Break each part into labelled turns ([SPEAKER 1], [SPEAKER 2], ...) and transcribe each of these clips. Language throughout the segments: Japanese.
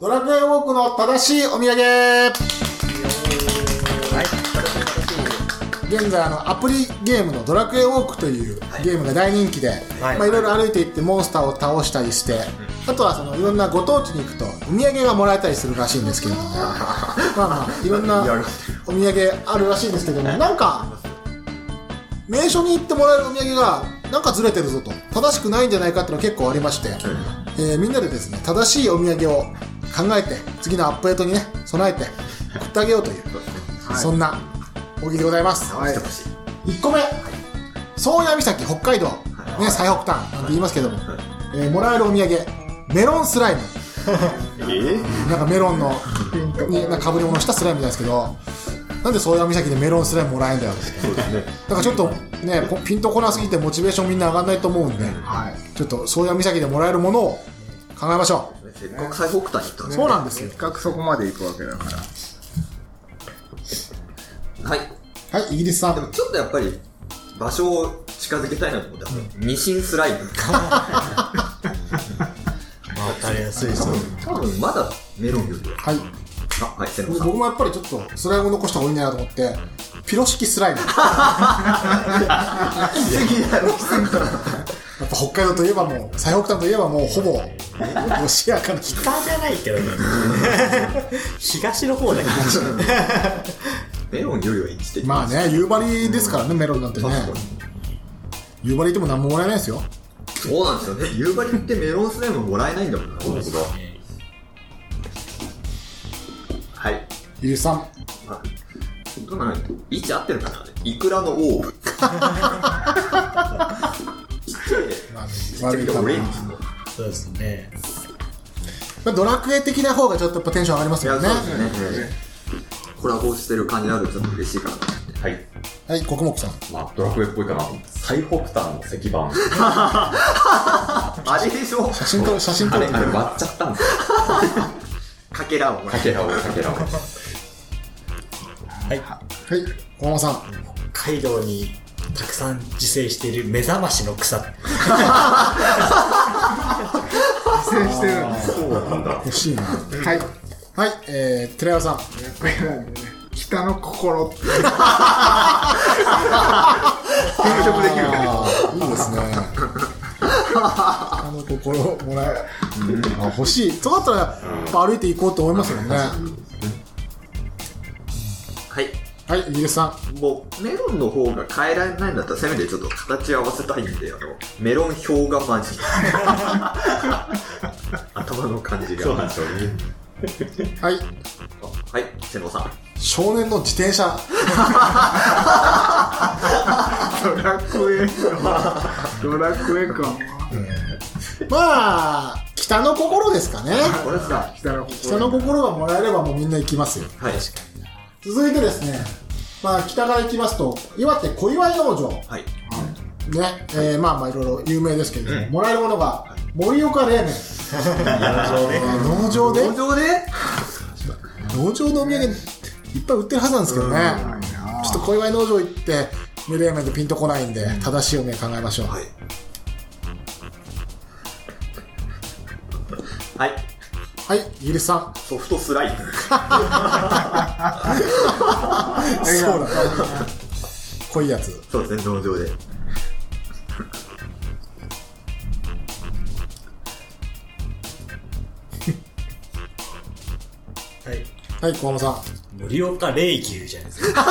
[SPEAKER 1] ドラクエウォークの正しいお土産
[SPEAKER 2] はい。楽
[SPEAKER 1] 現在あのアプリゲームの「ドラクエウォーク」というゲームが大人気で、
[SPEAKER 2] はい
[SPEAKER 1] いまあ、いろいろ歩いていってモンスターを倒したりして、あとはそのいろんなご当地に行くとお土産がもらえたりするらしいんですけれどもまあまあいろんなお土産あるらしいんですけどもなんか名所に行ってもらえるお土産がなんかずれてるぞと正しくないんじゃないかっていうのが結構ありまして、えーみんなでですね正しいお土産を考えて次のアップデートにね備えて送ってあげようという、そんな大喜利でございます。
[SPEAKER 2] しい。楽しい。
[SPEAKER 1] 1個目宗谷岬北海道、ね、最北端なんて言いますけども、えーもらえるお土産メロンスライム
[SPEAKER 3] えー
[SPEAKER 1] なんかメロンのになんかぶり物したスライムなんですけどなんで宗谷岬でメロンスライムもらえんだよ
[SPEAKER 3] そうですね。
[SPEAKER 1] だからちょっとねこピンとこなすぎてモチベーションみんな上がんないと思うんで、ちょっと宗谷岬でもらえるものを考えましょう、
[SPEAKER 2] せっかく最北端に行ったんです
[SPEAKER 1] そうなんですよ
[SPEAKER 4] せっかくそこまで行くわけだから。
[SPEAKER 2] はい。
[SPEAKER 1] はいイギリスさ
[SPEAKER 2] で
[SPEAKER 1] ん
[SPEAKER 2] もちょっとやっぱり、場所を近づけたいなと思った。ミシンスライム。
[SPEAKER 3] わかりやすいそう。
[SPEAKER 2] 多分まだメロンよりは。
[SPEAKER 1] はい
[SPEAKER 2] あ、はい、瀬野さん。
[SPEAKER 1] 僕もやっぱりちょっとスライムを残した方がいいなと思ってピロシキスライム やっぱ北海道といえばもう最北端といえばもうほぼロシアから来た
[SPEAKER 3] 北じゃないけどね。東の方だけど。
[SPEAKER 2] メロンよりは一致的。
[SPEAKER 1] まあね夕張ですからねメロンなんてね
[SPEAKER 2] 確かに。
[SPEAKER 1] 夕張でも何ももらえないですよ
[SPEAKER 2] そうなんですよね。夕張ってメロンスライムもらえないんだもんな。本当だ。はい。
[SPEAKER 1] ゆうさん
[SPEAKER 2] まあ、どうなの位置合ってるかなイクラのオーブ。ちっちゃいね。
[SPEAKER 1] 悪いか
[SPEAKER 2] オ
[SPEAKER 1] も
[SPEAKER 2] レンジの。
[SPEAKER 3] そうですね。
[SPEAKER 1] まあドラクエ的な方がちょっとやっぱテンション上がります
[SPEAKER 2] いや、
[SPEAKER 1] よ
[SPEAKER 2] そう
[SPEAKER 1] ね
[SPEAKER 2] ですね。コラボしてる感じあるとちょっと嬉しいかなと思って。
[SPEAKER 5] はい。
[SPEAKER 1] はい国木さん
[SPEAKER 5] まあ、ドラクエっぽいかな。最北端の石板。
[SPEAKER 2] あれでしょ
[SPEAKER 1] 写真撮る写真
[SPEAKER 5] あ
[SPEAKER 1] 撮
[SPEAKER 5] れ、
[SPEAKER 1] る
[SPEAKER 5] あれ割っちゃったんですよ。
[SPEAKER 2] かけらをもら
[SPEAKER 5] か
[SPEAKER 2] う
[SPEAKER 5] けらを、かけらを。
[SPEAKER 3] はい。
[SPEAKER 1] はい小浜さん
[SPEAKER 3] 北海道にたくさん自生している目覚ましの草。
[SPEAKER 4] 苦戦してるんです。
[SPEAKER 5] そうなんだ。
[SPEAKER 1] 欲しいなは
[SPEAKER 4] はい。
[SPEAKER 1] いえー寺山さん
[SPEAKER 4] これなんでね。北の心って。
[SPEAKER 1] 転職できるいいですねあの心もらえあ欲しいそうだったらやっぱ歩いていこうと思いますよね
[SPEAKER 2] はい。
[SPEAKER 1] はいイギリスさん
[SPEAKER 2] もう、メロンの方が変えられないんだったら、せめてちょっと形を合わせたいんで、あの、メロン氷河 マジ。頭の感じが。
[SPEAKER 5] そうなんですよね。
[SPEAKER 1] はい
[SPEAKER 2] はい、瀬野さん。
[SPEAKER 1] 少年の自転車
[SPEAKER 4] ドラクエドラクエか。
[SPEAKER 1] まあ北の心ですかね
[SPEAKER 2] これさ、
[SPEAKER 4] 北の
[SPEAKER 1] 北
[SPEAKER 4] 心。
[SPEAKER 1] の心がもらえればもうみんな行きますよ
[SPEAKER 2] はい。
[SPEAKER 1] 続いてですねまあ北から行きますと岩手小岩井農場ね、
[SPEAKER 2] はい。
[SPEAKER 1] えーまあまあいろいろ有名ですけれども、もらえるものが盛岡冷麺農場で
[SPEAKER 2] 農場で
[SPEAKER 1] 農場のお土産いっぱい売ってるはずなんですけどね、ちょっと小岩井農場行って無冷麺でピンとこないんで正しいお土産考えましょう、
[SPEAKER 2] はい。はい。
[SPEAKER 1] はいイギリスさん
[SPEAKER 2] ソフトスライム。
[SPEAKER 1] そうだ濃いやつ
[SPEAKER 2] そうですね、農場で。
[SPEAKER 3] はい。
[SPEAKER 1] はい小浜さん
[SPEAKER 3] 盛岡霊牛じゃないですか。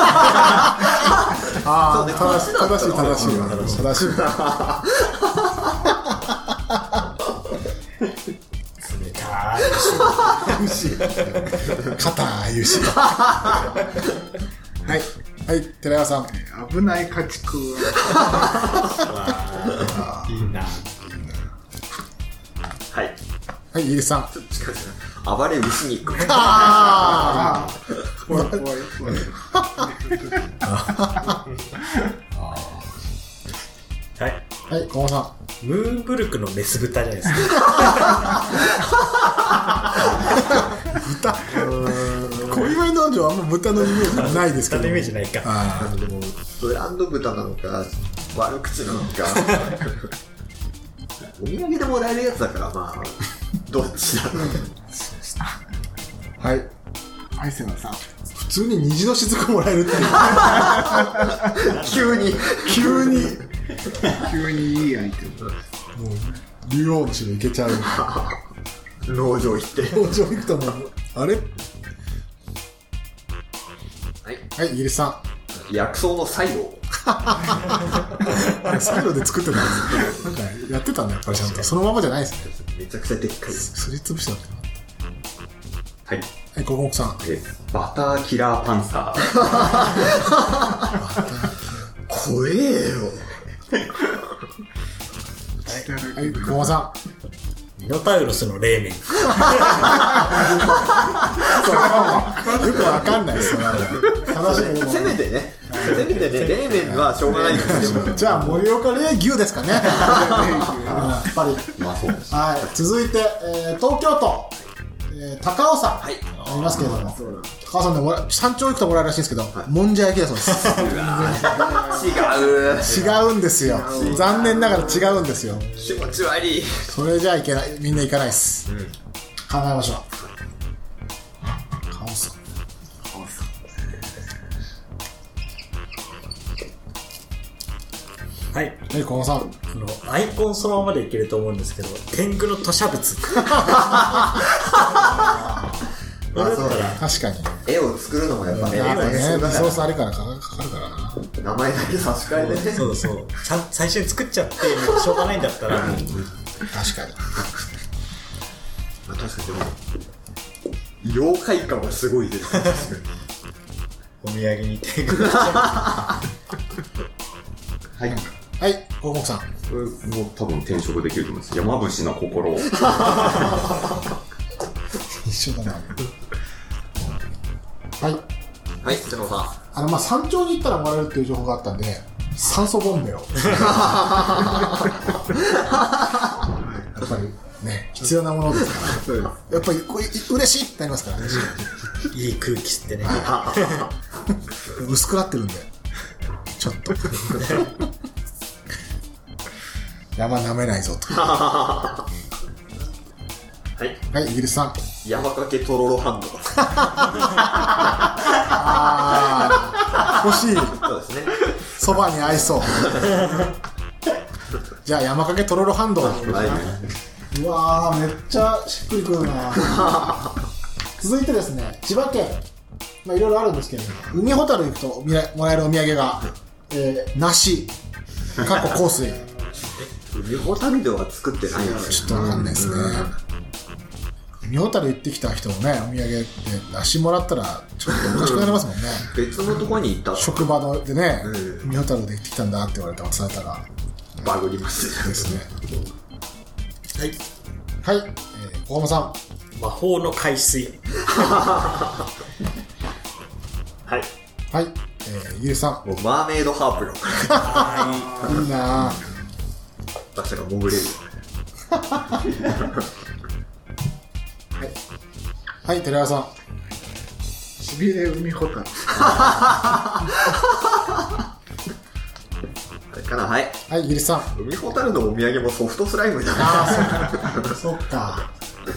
[SPEAKER 1] ああ、
[SPEAKER 2] ね
[SPEAKER 1] 正しい、正しい、正しい、正しい。正しい。
[SPEAKER 3] 冷たい。
[SPEAKER 1] 硬いし。はい。はい、寺山さん。
[SPEAKER 4] 危ない家畜は。
[SPEAKER 3] いいな。
[SPEAKER 2] はい。
[SPEAKER 1] はい、イギリスさん。
[SPEAKER 2] ちょっと近づく暴れ牛肉。
[SPEAKER 1] あ
[SPEAKER 4] 怖い怖い怖い。
[SPEAKER 3] はい。
[SPEAKER 1] あ。はい、小野さ
[SPEAKER 3] ムーンブルクのメス豚じゃないですか。
[SPEAKER 1] ん。小祝農場はあんま豚のイメージないですけど。
[SPEAKER 3] 豚のイメージないか。
[SPEAKER 1] あ
[SPEAKER 2] でも、ブランド豚なのか、悪口 なのか。お土産でもらえるやつだから、まあ、どっちだろう。
[SPEAKER 1] はい。
[SPEAKER 4] アイセナさん
[SPEAKER 1] 普通に虹の雫もらえるっていう。
[SPEAKER 2] 急に
[SPEAKER 1] 急に、
[SPEAKER 4] 急にいいアイテム
[SPEAKER 1] もう、竜王の城行けちゃう。
[SPEAKER 2] 農場行って
[SPEAKER 1] 工場行くともう、あれ
[SPEAKER 2] は
[SPEAKER 1] は
[SPEAKER 2] い
[SPEAKER 1] い、イギリスさ
[SPEAKER 2] 薬草のサイロ
[SPEAKER 1] ん。あれ、サイロで作ってたんですよ。なんか、やってたんだ、やっぱりちゃんと。そのままじゃないですね。
[SPEAKER 2] めちゃくちゃでっかいです
[SPEAKER 1] すりつぶしだったな。
[SPEAKER 5] はい。
[SPEAKER 1] はい、五目さん。
[SPEAKER 5] えバターキラーパンサー。
[SPEAKER 2] 怖えよ
[SPEAKER 1] はい、五目さん。
[SPEAKER 3] ミノタウロスの冷麺。
[SPEAKER 1] よくわかんないですよ、正しいもの
[SPEAKER 2] せめてねせめてね冷麺はしょうがないですけど
[SPEAKER 1] じゃあ、盛岡冷牛ですかね。うんやっぱり。
[SPEAKER 5] まあそうです。
[SPEAKER 1] はい、続いて、えー東京都、えー高尾山、
[SPEAKER 2] はい
[SPEAKER 1] ありますけれども、高尾山でもら山頂行くともらえるらしいんですけど、もんじゃ焼きだそうで
[SPEAKER 2] 違う
[SPEAKER 1] す。違うんですよ。残念ながら違うんですよ。
[SPEAKER 2] 気持ち悪い
[SPEAKER 1] それじゃいけない、みんな行かないです。考えましょう。高尾山。
[SPEAKER 3] はい。
[SPEAKER 1] ね、高尾山。
[SPEAKER 3] あの、アイコンそのままでいけると思うんですけど、天狗の吐砂物。これだったら、
[SPEAKER 1] 確かに。
[SPEAKER 2] 絵を作るのもやっぱね
[SPEAKER 1] やっぱね、
[SPEAKER 2] 絵
[SPEAKER 1] リ
[SPEAKER 2] が必
[SPEAKER 1] ソー
[SPEAKER 2] 要だ
[SPEAKER 1] スあるからかかかるからな。
[SPEAKER 2] から名前だけ差し替えてね
[SPEAKER 3] そうそう。ちゃん最初に作っちゃって、もうしょうがないんだったら、もう
[SPEAKER 1] 確かに。
[SPEAKER 2] まあ確かにでも妖怪感はすごいですね
[SPEAKER 3] お土産に天狗の吐砂
[SPEAKER 5] はい。
[SPEAKER 1] はい、高木さん。
[SPEAKER 5] これも多分転職できると思います。山伏の心を。
[SPEAKER 1] 一緒だ な。はい。
[SPEAKER 2] はい瀬野さ
[SPEAKER 1] あの、まあ、山頂に行ったらもらえるっていう情報があったんで、酸素ボンベを。やっぱりね、必要なものですから。
[SPEAKER 4] そうです
[SPEAKER 1] やっぱりこうい嬉しいってなりますから、ね、
[SPEAKER 3] 物いい空気吸ってね。
[SPEAKER 1] 薄くなってるんで、ちょっと。山舐めないぞと。は
[SPEAKER 2] はい
[SPEAKER 1] い、イギリスさん。
[SPEAKER 2] 山かけとろろハンド
[SPEAKER 1] 欲しい。
[SPEAKER 2] そうですね
[SPEAKER 1] そばに合いそう。じゃあ、山かけとろろハンド。
[SPEAKER 2] はいう
[SPEAKER 1] わーめっちゃしっくりくるな続いてですね千葉県まあいろいろあるんですけれども海ほたる行くとみらもらえるお土産が、えー、梨かっこ香水ち
[SPEAKER 2] 海ホタルでは作ってないです
[SPEAKER 1] ょっとわかんないですね海ほたる行ってきた人もねお土産で梨もらったらちょっとおかしくなりますもんね
[SPEAKER 2] 別のとこに行ったら
[SPEAKER 1] 職場のでね
[SPEAKER 2] う
[SPEAKER 1] 海ほたるで行ってきたんだって言われて渡されたら
[SPEAKER 2] バグります
[SPEAKER 1] ですね
[SPEAKER 3] はい。
[SPEAKER 1] はい、えー、小浜さん
[SPEAKER 3] 魔法の海水。
[SPEAKER 2] はい
[SPEAKER 1] はい、えー、イギリスさ
[SPEAKER 2] もうマーメイドハープの
[SPEAKER 1] んいいなあ
[SPEAKER 2] 馬車が潜れる
[SPEAKER 1] はい寺山さん
[SPEAKER 4] しびれ海ホタル
[SPEAKER 2] あれかなはい
[SPEAKER 1] はいイギリスさん
[SPEAKER 2] 海ホタルのお土産もソフトスライムじゃない
[SPEAKER 1] ああ、そっか。そっか。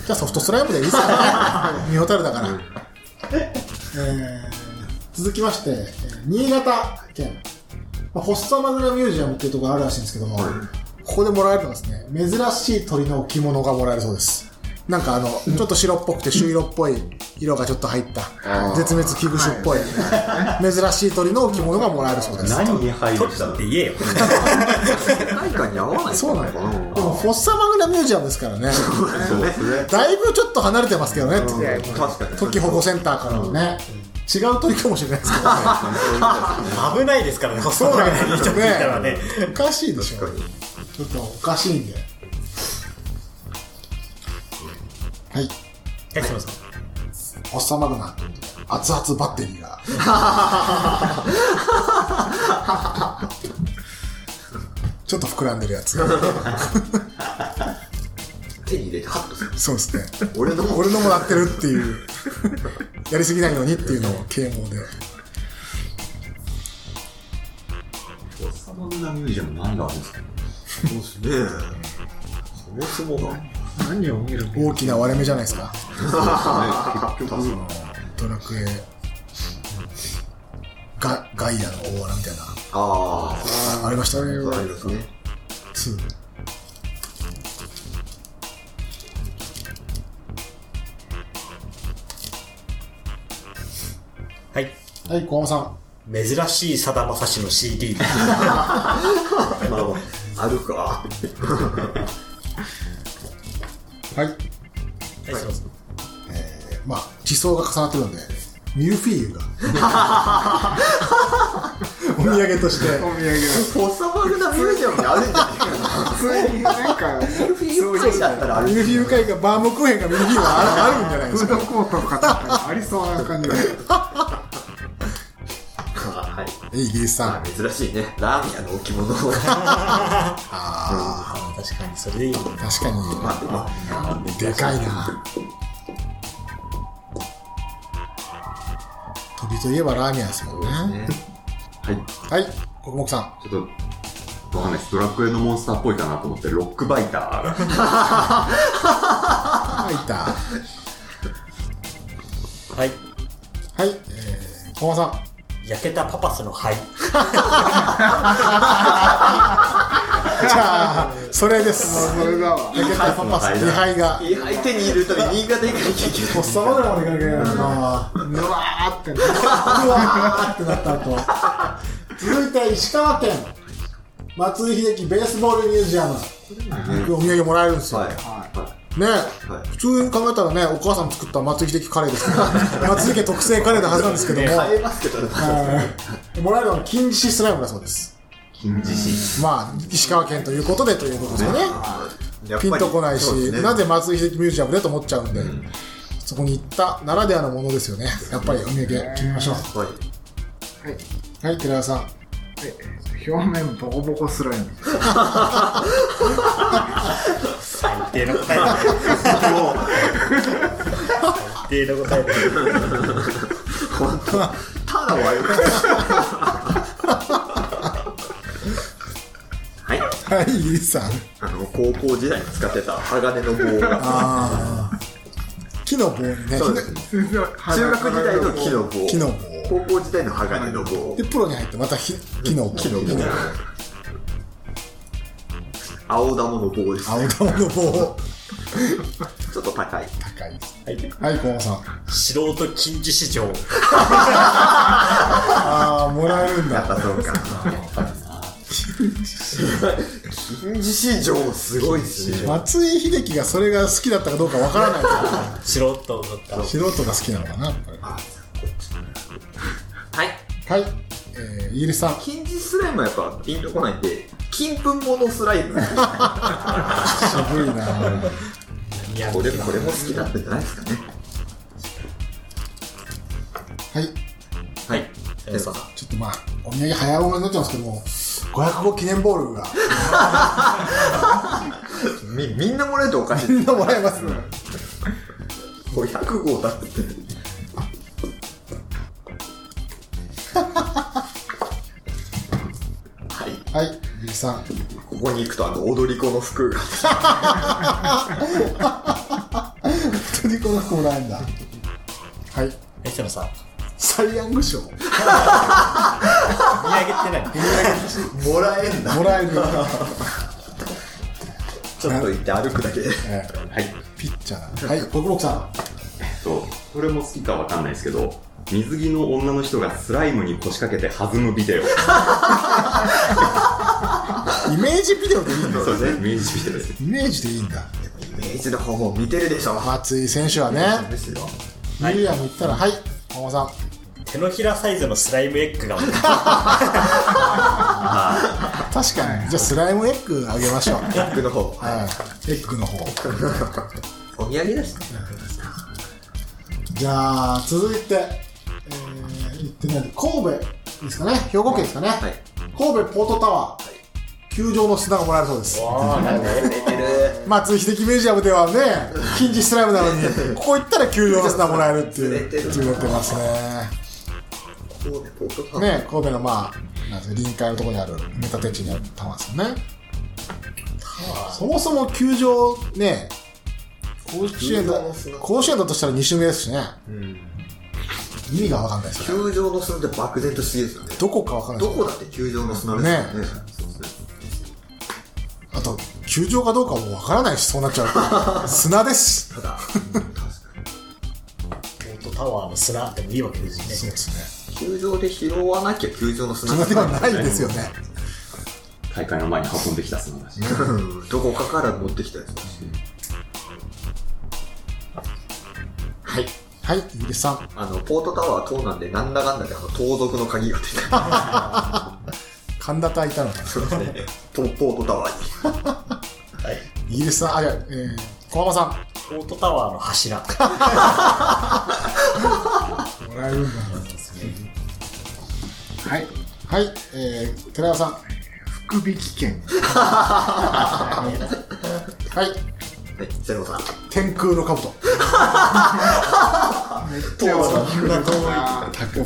[SPEAKER 1] じゃあソフトスライムでいいっす かね。見ホタルだから。えー続きまして、えー新潟県。まあ、ホッサマグラミュージアムっていうところがあるらしいんですけども、ここでもらえるのはですね、珍しい鳥の置物がもらえるそうです。なんかあの、ちょっと白っぽくて朱色っぽい色がちょっと入った、絶滅危惧種っぽい、珍しい鳥の置物がもらえるそうです。
[SPEAKER 5] 何に配慮
[SPEAKER 3] 取っ
[SPEAKER 5] した
[SPEAKER 3] たっ
[SPEAKER 5] の
[SPEAKER 3] て言えよ。
[SPEAKER 2] 世界観に合わない
[SPEAKER 1] そうなの
[SPEAKER 2] かな
[SPEAKER 1] でも、ホッサマグラミュージアムですからね。
[SPEAKER 2] そうですね
[SPEAKER 1] だいぶちょっと離れてますけどね、
[SPEAKER 2] 確かに
[SPEAKER 1] 時保護センターからはね、違う鳥かもしれないですけどね
[SPEAKER 3] 危ないです からね、細長い人聞いたらね。
[SPEAKER 1] おかしいでしょ
[SPEAKER 2] 確かに
[SPEAKER 1] ちょっとおかしいんではい
[SPEAKER 3] はい、すいません。
[SPEAKER 1] ホッサマグナ熱々バッテリーがちょっと膨らんでるやつ
[SPEAKER 2] 手に入れてハッとする
[SPEAKER 1] そうですね
[SPEAKER 2] 俺の
[SPEAKER 1] 俺のもらってるっていうやりすぎないようにっていうのを啓蒙で
[SPEAKER 5] サマグナミュージアム何があるんですか
[SPEAKER 2] そうですねそもそもが
[SPEAKER 4] 何を見るの
[SPEAKER 1] 大きな割れ目じゃないですか
[SPEAKER 5] 結局、
[SPEAKER 1] ドラクエガガイアの大穴みたいな
[SPEAKER 2] ああ、
[SPEAKER 1] ありましたね
[SPEAKER 2] そうありますね。
[SPEAKER 1] 2
[SPEAKER 3] はい。
[SPEAKER 1] はい小浜さん
[SPEAKER 3] 珍しいさだまさしの CD。
[SPEAKER 2] まあまあ、あるか。
[SPEAKER 1] はい
[SPEAKER 3] はい、そうそう
[SPEAKER 1] えーまあ地層が重なってるのでミルフィーユが お土産として
[SPEAKER 4] お土産は
[SPEAKER 2] ポサマルなミュージアムにあるんじゃない
[SPEAKER 4] 普通になんか
[SPEAKER 2] ルフィー会だったらある
[SPEAKER 1] ミルフィーユ会がバームクーヘンがミルフィーユはあるあるんじゃないで
[SPEAKER 4] フ
[SPEAKER 1] す
[SPEAKER 4] ー ド
[SPEAKER 1] か
[SPEAKER 4] コート買ったらありそうな感じが
[SPEAKER 2] か。はい。
[SPEAKER 1] イギリスさん
[SPEAKER 2] あ珍しいね。ラーメン屋の置物を。
[SPEAKER 1] あ
[SPEAKER 3] あー確かに、それでいい。
[SPEAKER 1] ー確か
[SPEAKER 2] ま
[SPEAKER 1] にでかいな鳥といえばラーメンですもんね
[SPEAKER 2] あね
[SPEAKER 5] はい、
[SPEAKER 1] はい国木さん
[SPEAKER 5] ちょっと、わかんないです。ドラクエのモンスターっぽいかなと思って、ロックバイターが。
[SPEAKER 1] はいたは
[SPEAKER 3] はい。
[SPEAKER 1] い、えー、小浜さ
[SPEAKER 3] 焼けたパパスの灰。
[SPEAKER 1] んじゃあそれです
[SPEAKER 4] それだわ
[SPEAKER 1] 焼けたパパス2杯が
[SPEAKER 2] いや手に入れるとき新潟行かなきゃいけない。
[SPEAKER 1] おっさまぐらいまでいかなきゃいけないな
[SPEAKER 4] ぬわーってね
[SPEAKER 1] うわーってなった後続いて石川県松井秀喜ベースボールミュージアムお土産もらえるんですよ、
[SPEAKER 2] はい。
[SPEAKER 1] ね、
[SPEAKER 2] はい
[SPEAKER 1] 普通に考えたらねお母さん作った松井秀喜カレーですけど 松井家特製カレーのはずなんですけども、
[SPEAKER 2] 買えますけどね。
[SPEAKER 1] はいもらえるのは金獅子スライムだそうです
[SPEAKER 5] 金獅子。
[SPEAKER 1] まあ石川県ということでということですよね
[SPEAKER 2] やっぱ
[SPEAKER 1] ピ
[SPEAKER 2] り
[SPEAKER 1] ンとこないし
[SPEAKER 2] そうです、ね
[SPEAKER 1] なぜ松井秀喜ミュージアムでと思っちゃうんで、そこに行ったならではのものですよねやっぱりお土産決めましょ
[SPEAKER 2] はい。
[SPEAKER 4] はい
[SPEAKER 1] うんはい寺田さん
[SPEAKER 4] え表面ボコボコスライム
[SPEAKER 3] 最低の答え だ。最低の答えだ。
[SPEAKER 2] 本当ただ悪かった。はい。
[SPEAKER 1] はいイギリスさん
[SPEAKER 2] あの、高校時代に使ってた鋼の棒が、
[SPEAKER 1] ああ木の棒にね
[SPEAKER 2] そうですね
[SPEAKER 4] 中
[SPEAKER 2] 中学時代の木の
[SPEAKER 1] 木の
[SPEAKER 2] 棒、
[SPEAKER 1] 棒
[SPEAKER 2] 高校時代の鋼の棒
[SPEAKER 1] で、プロに入ってまたひ木の棒
[SPEAKER 2] 木の棒、青玉の棒です
[SPEAKER 1] 青
[SPEAKER 2] ね。
[SPEAKER 1] 玉の棒
[SPEAKER 2] ちょっと高
[SPEAKER 1] 高い
[SPEAKER 2] い。
[SPEAKER 1] です
[SPEAKER 3] はい。
[SPEAKER 1] はい小野さん
[SPEAKER 3] 素人禁止市場。
[SPEAKER 1] ああもらえるん
[SPEAKER 2] やっ
[SPEAKER 1] だ
[SPEAKER 2] ぱそうか。 金獅子城すごいですね。
[SPEAKER 1] 松井秀喜がそれが好きだったかどうかわからないけど
[SPEAKER 3] 素人だったら。
[SPEAKER 1] 素人が好きなのかなやっぱり
[SPEAKER 2] はい。
[SPEAKER 1] はい、えー、イギリスさん
[SPEAKER 2] 金獅子スライムはやっぱピンとこないんで、金粉ものスライム。
[SPEAKER 1] 渋いな
[SPEAKER 3] 似合う
[SPEAKER 2] これこれも好きだったんじゃないですかね。
[SPEAKER 1] はい、
[SPEAKER 2] はい。
[SPEAKER 3] 皆さん
[SPEAKER 1] ちょっとまあ、お土産早送りになっちゃうんですけども、500号記念ボールが、
[SPEAKER 2] みみんなもらえるとおかしい。
[SPEAKER 1] みんなもらえます。
[SPEAKER 2] 500号だって。はい。
[SPEAKER 1] はい、イギリスさん。
[SPEAKER 2] ここに行くとあの、踊り子の服が。
[SPEAKER 1] 本当にこの服もらえんだ。はい、
[SPEAKER 3] え、セロさん。
[SPEAKER 1] サイ・ヤング賞、
[SPEAKER 3] 見上げてない。
[SPEAKER 2] もらえんだ。
[SPEAKER 1] もらえる、
[SPEAKER 2] ちょっと行って歩くだけで。
[SPEAKER 1] えー
[SPEAKER 5] はい。
[SPEAKER 1] ピッチャー。はい、国木さん。
[SPEAKER 5] と、これも好きかわかんないですけど、水着の女の人がスライムに腰掛けて弾むビデオ。
[SPEAKER 1] イメージビデオでいいんだ
[SPEAKER 5] そうですね。ミュージックビデオです。
[SPEAKER 1] イメージでいいんだ。
[SPEAKER 2] イメージの方も見てるでしょ。
[SPEAKER 1] 松井選手はね、
[SPEAKER 2] ですよ。
[SPEAKER 1] ミュージアム行ったら、はい、小野さん。
[SPEAKER 3] 手のひらサイズのスライムエッグが。
[SPEAKER 1] 確かに、じゃあスライムエッグあげましょう。は
[SPEAKER 2] 服の方。
[SPEAKER 1] い、エッグの方。
[SPEAKER 2] お土産だしね。
[SPEAKER 1] じゃあ、続いて、えー、行ってない、神戸ですかね、兵庫県ですかね。
[SPEAKER 2] はい。
[SPEAKER 1] 神戸ポートタワー、球場の砂がもらえるそうです。
[SPEAKER 3] ああ、なんか
[SPEAKER 2] 出てる。
[SPEAKER 1] 松井秀喜ミュージアムではね、金獅子スライムなのに、ここ行ったら球場の砂もらえるっていう、
[SPEAKER 2] 連れてる
[SPEAKER 1] 言われてますね。
[SPEAKER 2] そうね、ポートタワー
[SPEAKER 1] ね、神戸のまあ、なんですか臨海のところにある、埋め立て地にあるタワーですよね。そもそも球場ね、甲子園だ
[SPEAKER 2] 球場の砂
[SPEAKER 1] 甲子園だとしたら2周目ですしね、意味が分かんないですよ
[SPEAKER 2] 球場の砂って漠然としすぎですよね。
[SPEAKER 1] どこか分かんない
[SPEAKER 2] ど
[SPEAKER 1] です
[SPEAKER 2] こだって球場の砂ですよね。
[SPEAKER 1] ねあと球場かどうかも分からないしそうなっち ゃうと砂です
[SPEAKER 2] ただ、
[SPEAKER 3] ポートタワーの砂あってもいいわけですよね。
[SPEAKER 1] そうですね
[SPEAKER 2] 球場で拾わなきゃ球場の砂
[SPEAKER 1] 砂ではないですよね
[SPEAKER 5] 大会の前に運んできた砂だし。
[SPEAKER 2] うんどこかから持ってきたやつだし。はい。
[SPEAKER 1] はいゆりさん
[SPEAKER 2] あの、ポートタワー等なんで、なんだかんだで、あの、盗賊の鍵が出た。
[SPEAKER 1] 神田隊いたのかな
[SPEAKER 2] そうです ね。ポポートタワーに。
[SPEAKER 3] はい。
[SPEAKER 1] イギリスさんあいやえー、小浜さん
[SPEAKER 3] ポートタワーの柱。
[SPEAKER 1] もらえるんだはい。はい。えー、寺山さん。は
[SPEAKER 4] 福引券
[SPEAKER 1] い。
[SPEAKER 2] はい、ゼロさん。
[SPEAKER 1] 天空の兜。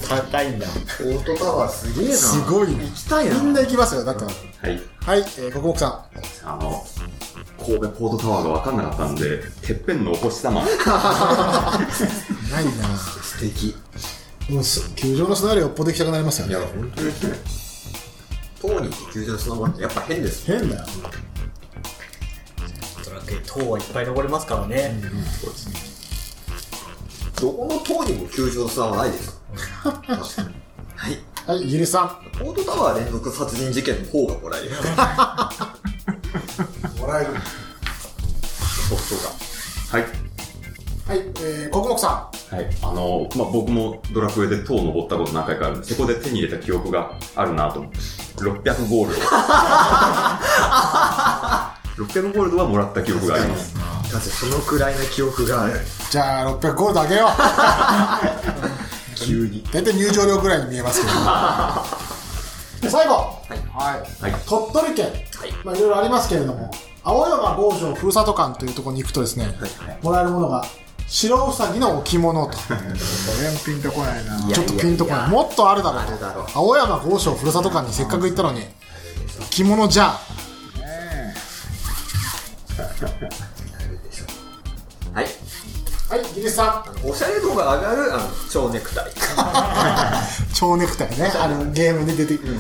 [SPEAKER 3] 高いんだ。
[SPEAKER 2] ポートタワーすげえな。
[SPEAKER 1] すごいね。
[SPEAKER 2] 行きたいな。
[SPEAKER 1] みんな行きますよ、だったら。
[SPEAKER 5] はい。
[SPEAKER 1] はい。えー、国木さん。
[SPEAKER 5] あの、神戸ポートタワーが分かんなかったんで、てっぺんのお星様。
[SPEAKER 1] ないな
[SPEAKER 2] 素敵。
[SPEAKER 1] もうす、球場の砂よりよっぽど行きたくなりますよ
[SPEAKER 2] いや、
[SPEAKER 1] ね。
[SPEAKER 2] 本当ですね。当に球場の砂場ってやっぱ変ですね。
[SPEAKER 1] 変だよ。
[SPEAKER 3] おそらく塔はいっぱい登れますからね。
[SPEAKER 2] どこの塔にも球場の砂はないです。確かに。はい。
[SPEAKER 1] はい。イギリスさん。
[SPEAKER 2] ポートタワー連続殺人事件の方がもらえる。
[SPEAKER 1] もらえる。は
[SPEAKER 2] そうそうか。
[SPEAKER 5] はい。
[SPEAKER 1] い。えー、国木さ
[SPEAKER 5] はい。あの、まあ、僕もドラクエで塔を登ったこと何回かあるんで、そこで手に入れた記憶があるなと思って。600ゴール ド。600ゴールドはもらった記憶があります。
[SPEAKER 2] だってそのくらいの記憶がある。
[SPEAKER 1] ん。じゃあ、600ゴールドあげよう。
[SPEAKER 2] 急に。
[SPEAKER 1] 大体入場料ぐらいに見えますけど。最後。はい。
[SPEAKER 5] はい。
[SPEAKER 1] 鳥取県、まあ、いろいろありますけれども、青山郷城ふるさと館というところに行くとですね、もらえるものが、白うさぎの置物と、
[SPEAKER 4] 俺もピンとこないな
[SPEAKER 1] ちょっとピンとこない、もっとあるだろう
[SPEAKER 2] るだろう
[SPEAKER 1] と、青山郷城ふるさと館にせっかく行ったのに、置物じゃん、
[SPEAKER 2] はい。
[SPEAKER 1] はい、ギリスさん、
[SPEAKER 2] おしゃれ度が上がる、あの、蝶ネクタイ。
[SPEAKER 1] 蝶ネクタイね、あのゲームに出てくる、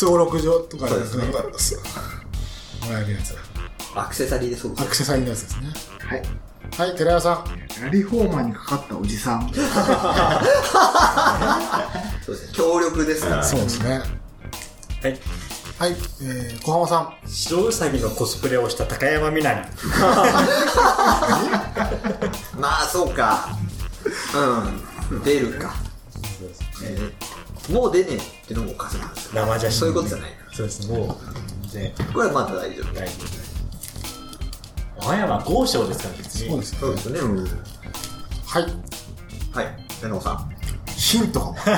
[SPEAKER 1] 登録上とかで
[SPEAKER 2] そうですね
[SPEAKER 1] もらえるやつ、
[SPEAKER 2] アクセサリーでそうで
[SPEAKER 1] ア
[SPEAKER 2] す。
[SPEAKER 1] クセサリーのやつですね。
[SPEAKER 4] はい
[SPEAKER 1] はい、寺山さん、
[SPEAKER 4] ラリフォーマーにかかったおじさん
[SPEAKER 2] そうですね。強力ですから。
[SPEAKER 1] そうですね。
[SPEAKER 3] はい。
[SPEAKER 1] はい、えー、小浜さん、
[SPEAKER 3] 白ウサギのコスプレをした高山みなり。
[SPEAKER 2] まあ、そうか。うん。出るか。えーもう出ねえってのもおかしな話だ
[SPEAKER 3] 生写真。
[SPEAKER 2] そういうことじゃない。
[SPEAKER 3] そうです。もう、全然
[SPEAKER 2] これはまだ大丈夫。
[SPEAKER 3] 大丈夫です。青山豪商ですから、別に。
[SPEAKER 1] そうですね。
[SPEAKER 2] そうですね。うん
[SPEAKER 1] はい、
[SPEAKER 2] はい。瀬野さん。
[SPEAKER 1] ヒントかも。
[SPEAKER 3] は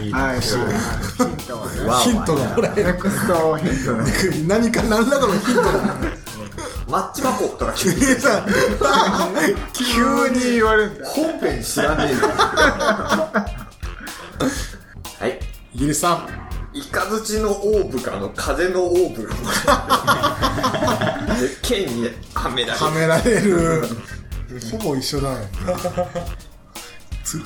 [SPEAKER 3] い。
[SPEAKER 4] はいそう
[SPEAKER 1] ヒント
[SPEAKER 2] が。
[SPEAKER 1] がもらえる。
[SPEAKER 4] ネクストヒント
[SPEAKER 1] 何か何らかのヒ ントが。
[SPEAKER 2] マッチ箱とか
[SPEAKER 1] 入れた
[SPEAKER 4] 急に言われるんだ
[SPEAKER 2] 本編知らねえよ。はい。
[SPEAKER 1] イギリスさん、
[SPEAKER 2] イカズチのオーブか、あの、風のオーブがもらえる。で剣にはめられ
[SPEAKER 1] は
[SPEAKER 2] る。
[SPEAKER 1] められる。 ほぼ一緒だね。つ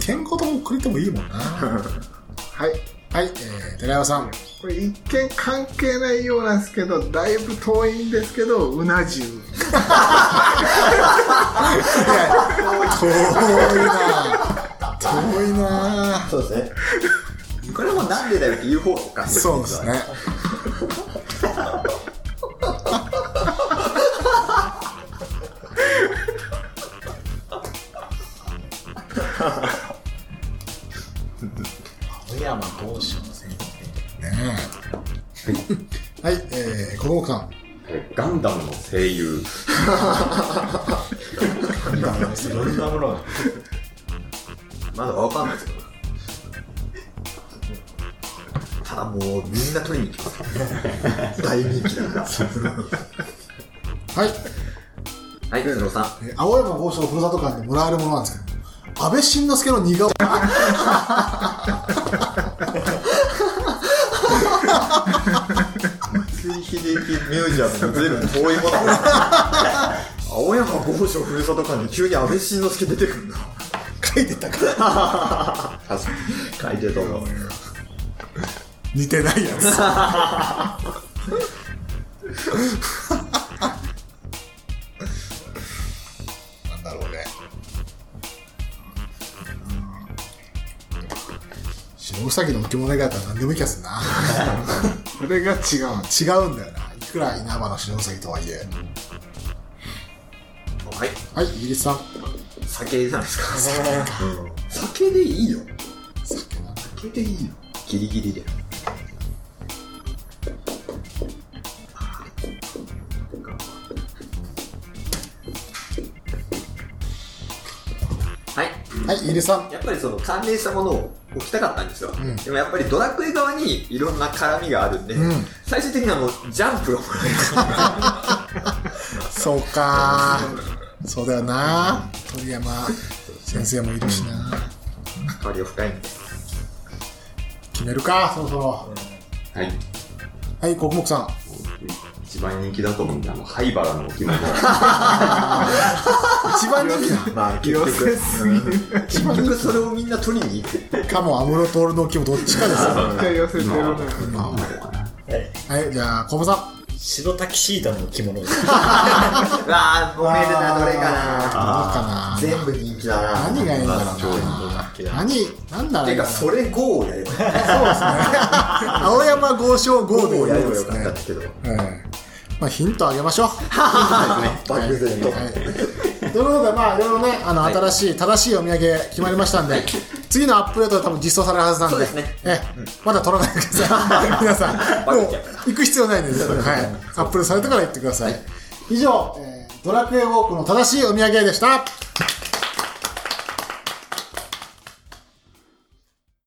[SPEAKER 1] 健康ともくれてもいいもんな。
[SPEAKER 4] はい
[SPEAKER 1] はい、えー、寺山さん。
[SPEAKER 4] これ一見関係ないようなんですけどだいぶ遠いんですけどうな重
[SPEAKER 1] 遠いな遠いな
[SPEAKER 2] そうですね。これもなんでだよって言う方がおかしい。
[SPEAKER 1] そうですね。
[SPEAKER 3] 青山豪商先
[SPEAKER 1] はい、えー、小郷館。
[SPEAKER 5] えガンダムの声優。
[SPEAKER 3] 生。いろんなものが。
[SPEAKER 2] まだわかんないですけど。ただもうみんな取りに行きます。大人気だから。
[SPEAKER 1] はい、
[SPEAKER 2] はい、瀬野さん。
[SPEAKER 1] えー青山豪商ふるさと館でもらえるものなんですけど、安倍晋之助の似顔絵。
[SPEAKER 2] 津井秀樹ミュージアムの随分遠いものだ青山豪昌ふるさと館に急に安倍晋之助出てくるんだ
[SPEAKER 3] 書いてたから
[SPEAKER 2] 確かに書いてたわ
[SPEAKER 3] 似てないやつなんだろうね
[SPEAKER 1] 白ウサギの置物以外だったら何でもいい気がするな
[SPEAKER 4] それが違う
[SPEAKER 1] 違うんだよないくら稲葉の白ウサギとはいえ
[SPEAKER 2] はい
[SPEAKER 1] はいイギリスさん
[SPEAKER 2] 酒じゃないですか酒でいいよ
[SPEAKER 1] 酒なんだ
[SPEAKER 2] 酒でいいよギリギリではい
[SPEAKER 1] はいイギリスさん
[SPEAKER 2] やっぱりその関連したものを置きたかったんですよ、でもやっぱりドラクエ側にいろんな絡みがあるんで、最終的にはもうジャンプがもら える
[SPEAKER 1] そうかーそうだよな鳥山先生もいるしな
[SPEAKER 2] 関わりが深いんで
[SPEAKER 1] 決めるかそろそろ
[SPEAKER 5] はい。
[SPEAKER 1] はい国木さん
[SPEAKER 5] 一番人気だと思うんで、あの、灰原の置物。
[SPEAKER 1] 一番人気だ
[SPEAKER 2] まあ結局結局それをみんな取りに行 く
[SPEAKER 1] かも安室徹の置物どっちかです よ
[SPEAKER 4] 絶対寄せてる
[SPEAKER 5] 今
[SPEAKER 4] な
[SPEAKER 5] は、今はどうかな。
[SPEAKER 1] はいじゃあ小保さん
[SPEAKER 3] 白タキシードの着物
[SPEAKER 2] うわあ揉めるなどれかな
[SPEAKER 1] あーどうか
[SPEAKER 2] 全部人気だな
[SPEAKER 1] な何がいいんだろう
[SPEAKER 5] 上位
[SPEAKER 1] な何何なら
[SPEAKER 2] て
[SPEAKER 1] いい
[SPEAKER 2] い
[SPEAKER 1] んだ
[SPEAKER 2] うか
[SPEAKER 1] ろう
[SPEAKER 2] それ GO をやれば
[SPEAKER 1] 青山豪商豪でいい
[SPEAKER 2] をやれ
[SPEAKER 1] で
[SPEAKER 2] ばよ
[SPEAKER 1] す
[SPEAKER 2] かっ
[SPEAKER 1] ね
[SPEAKER 2] たんですけ ど
[SPEAKER 1] ええまあヒントあげましょう
[SPEAKER 2] 漠然と
[SPEAKER 1] はいということで、まあ、いろいろね、あの、
[SPEAKER 2] はい
[SPEAKER 1] 新しい、正しいお土産決まりましたんで、次のアップデートで多分実装されるはずなんで、
[SPEAKER 2] そうですね
[SPEAKER 1] ええまだ取らないでください。皆さん、
[SPEAKER 2] バ
[SPEAKER 1] も
[SPEAKER 2] レ
[SPEAKER 1] う
[SPEAKER 2] ちゃうから、
[SPEAKER 1] 行く必要ない んです。はい。アップデートされてから行ってください。以上、えードラクエウォークの正しいお土産でした。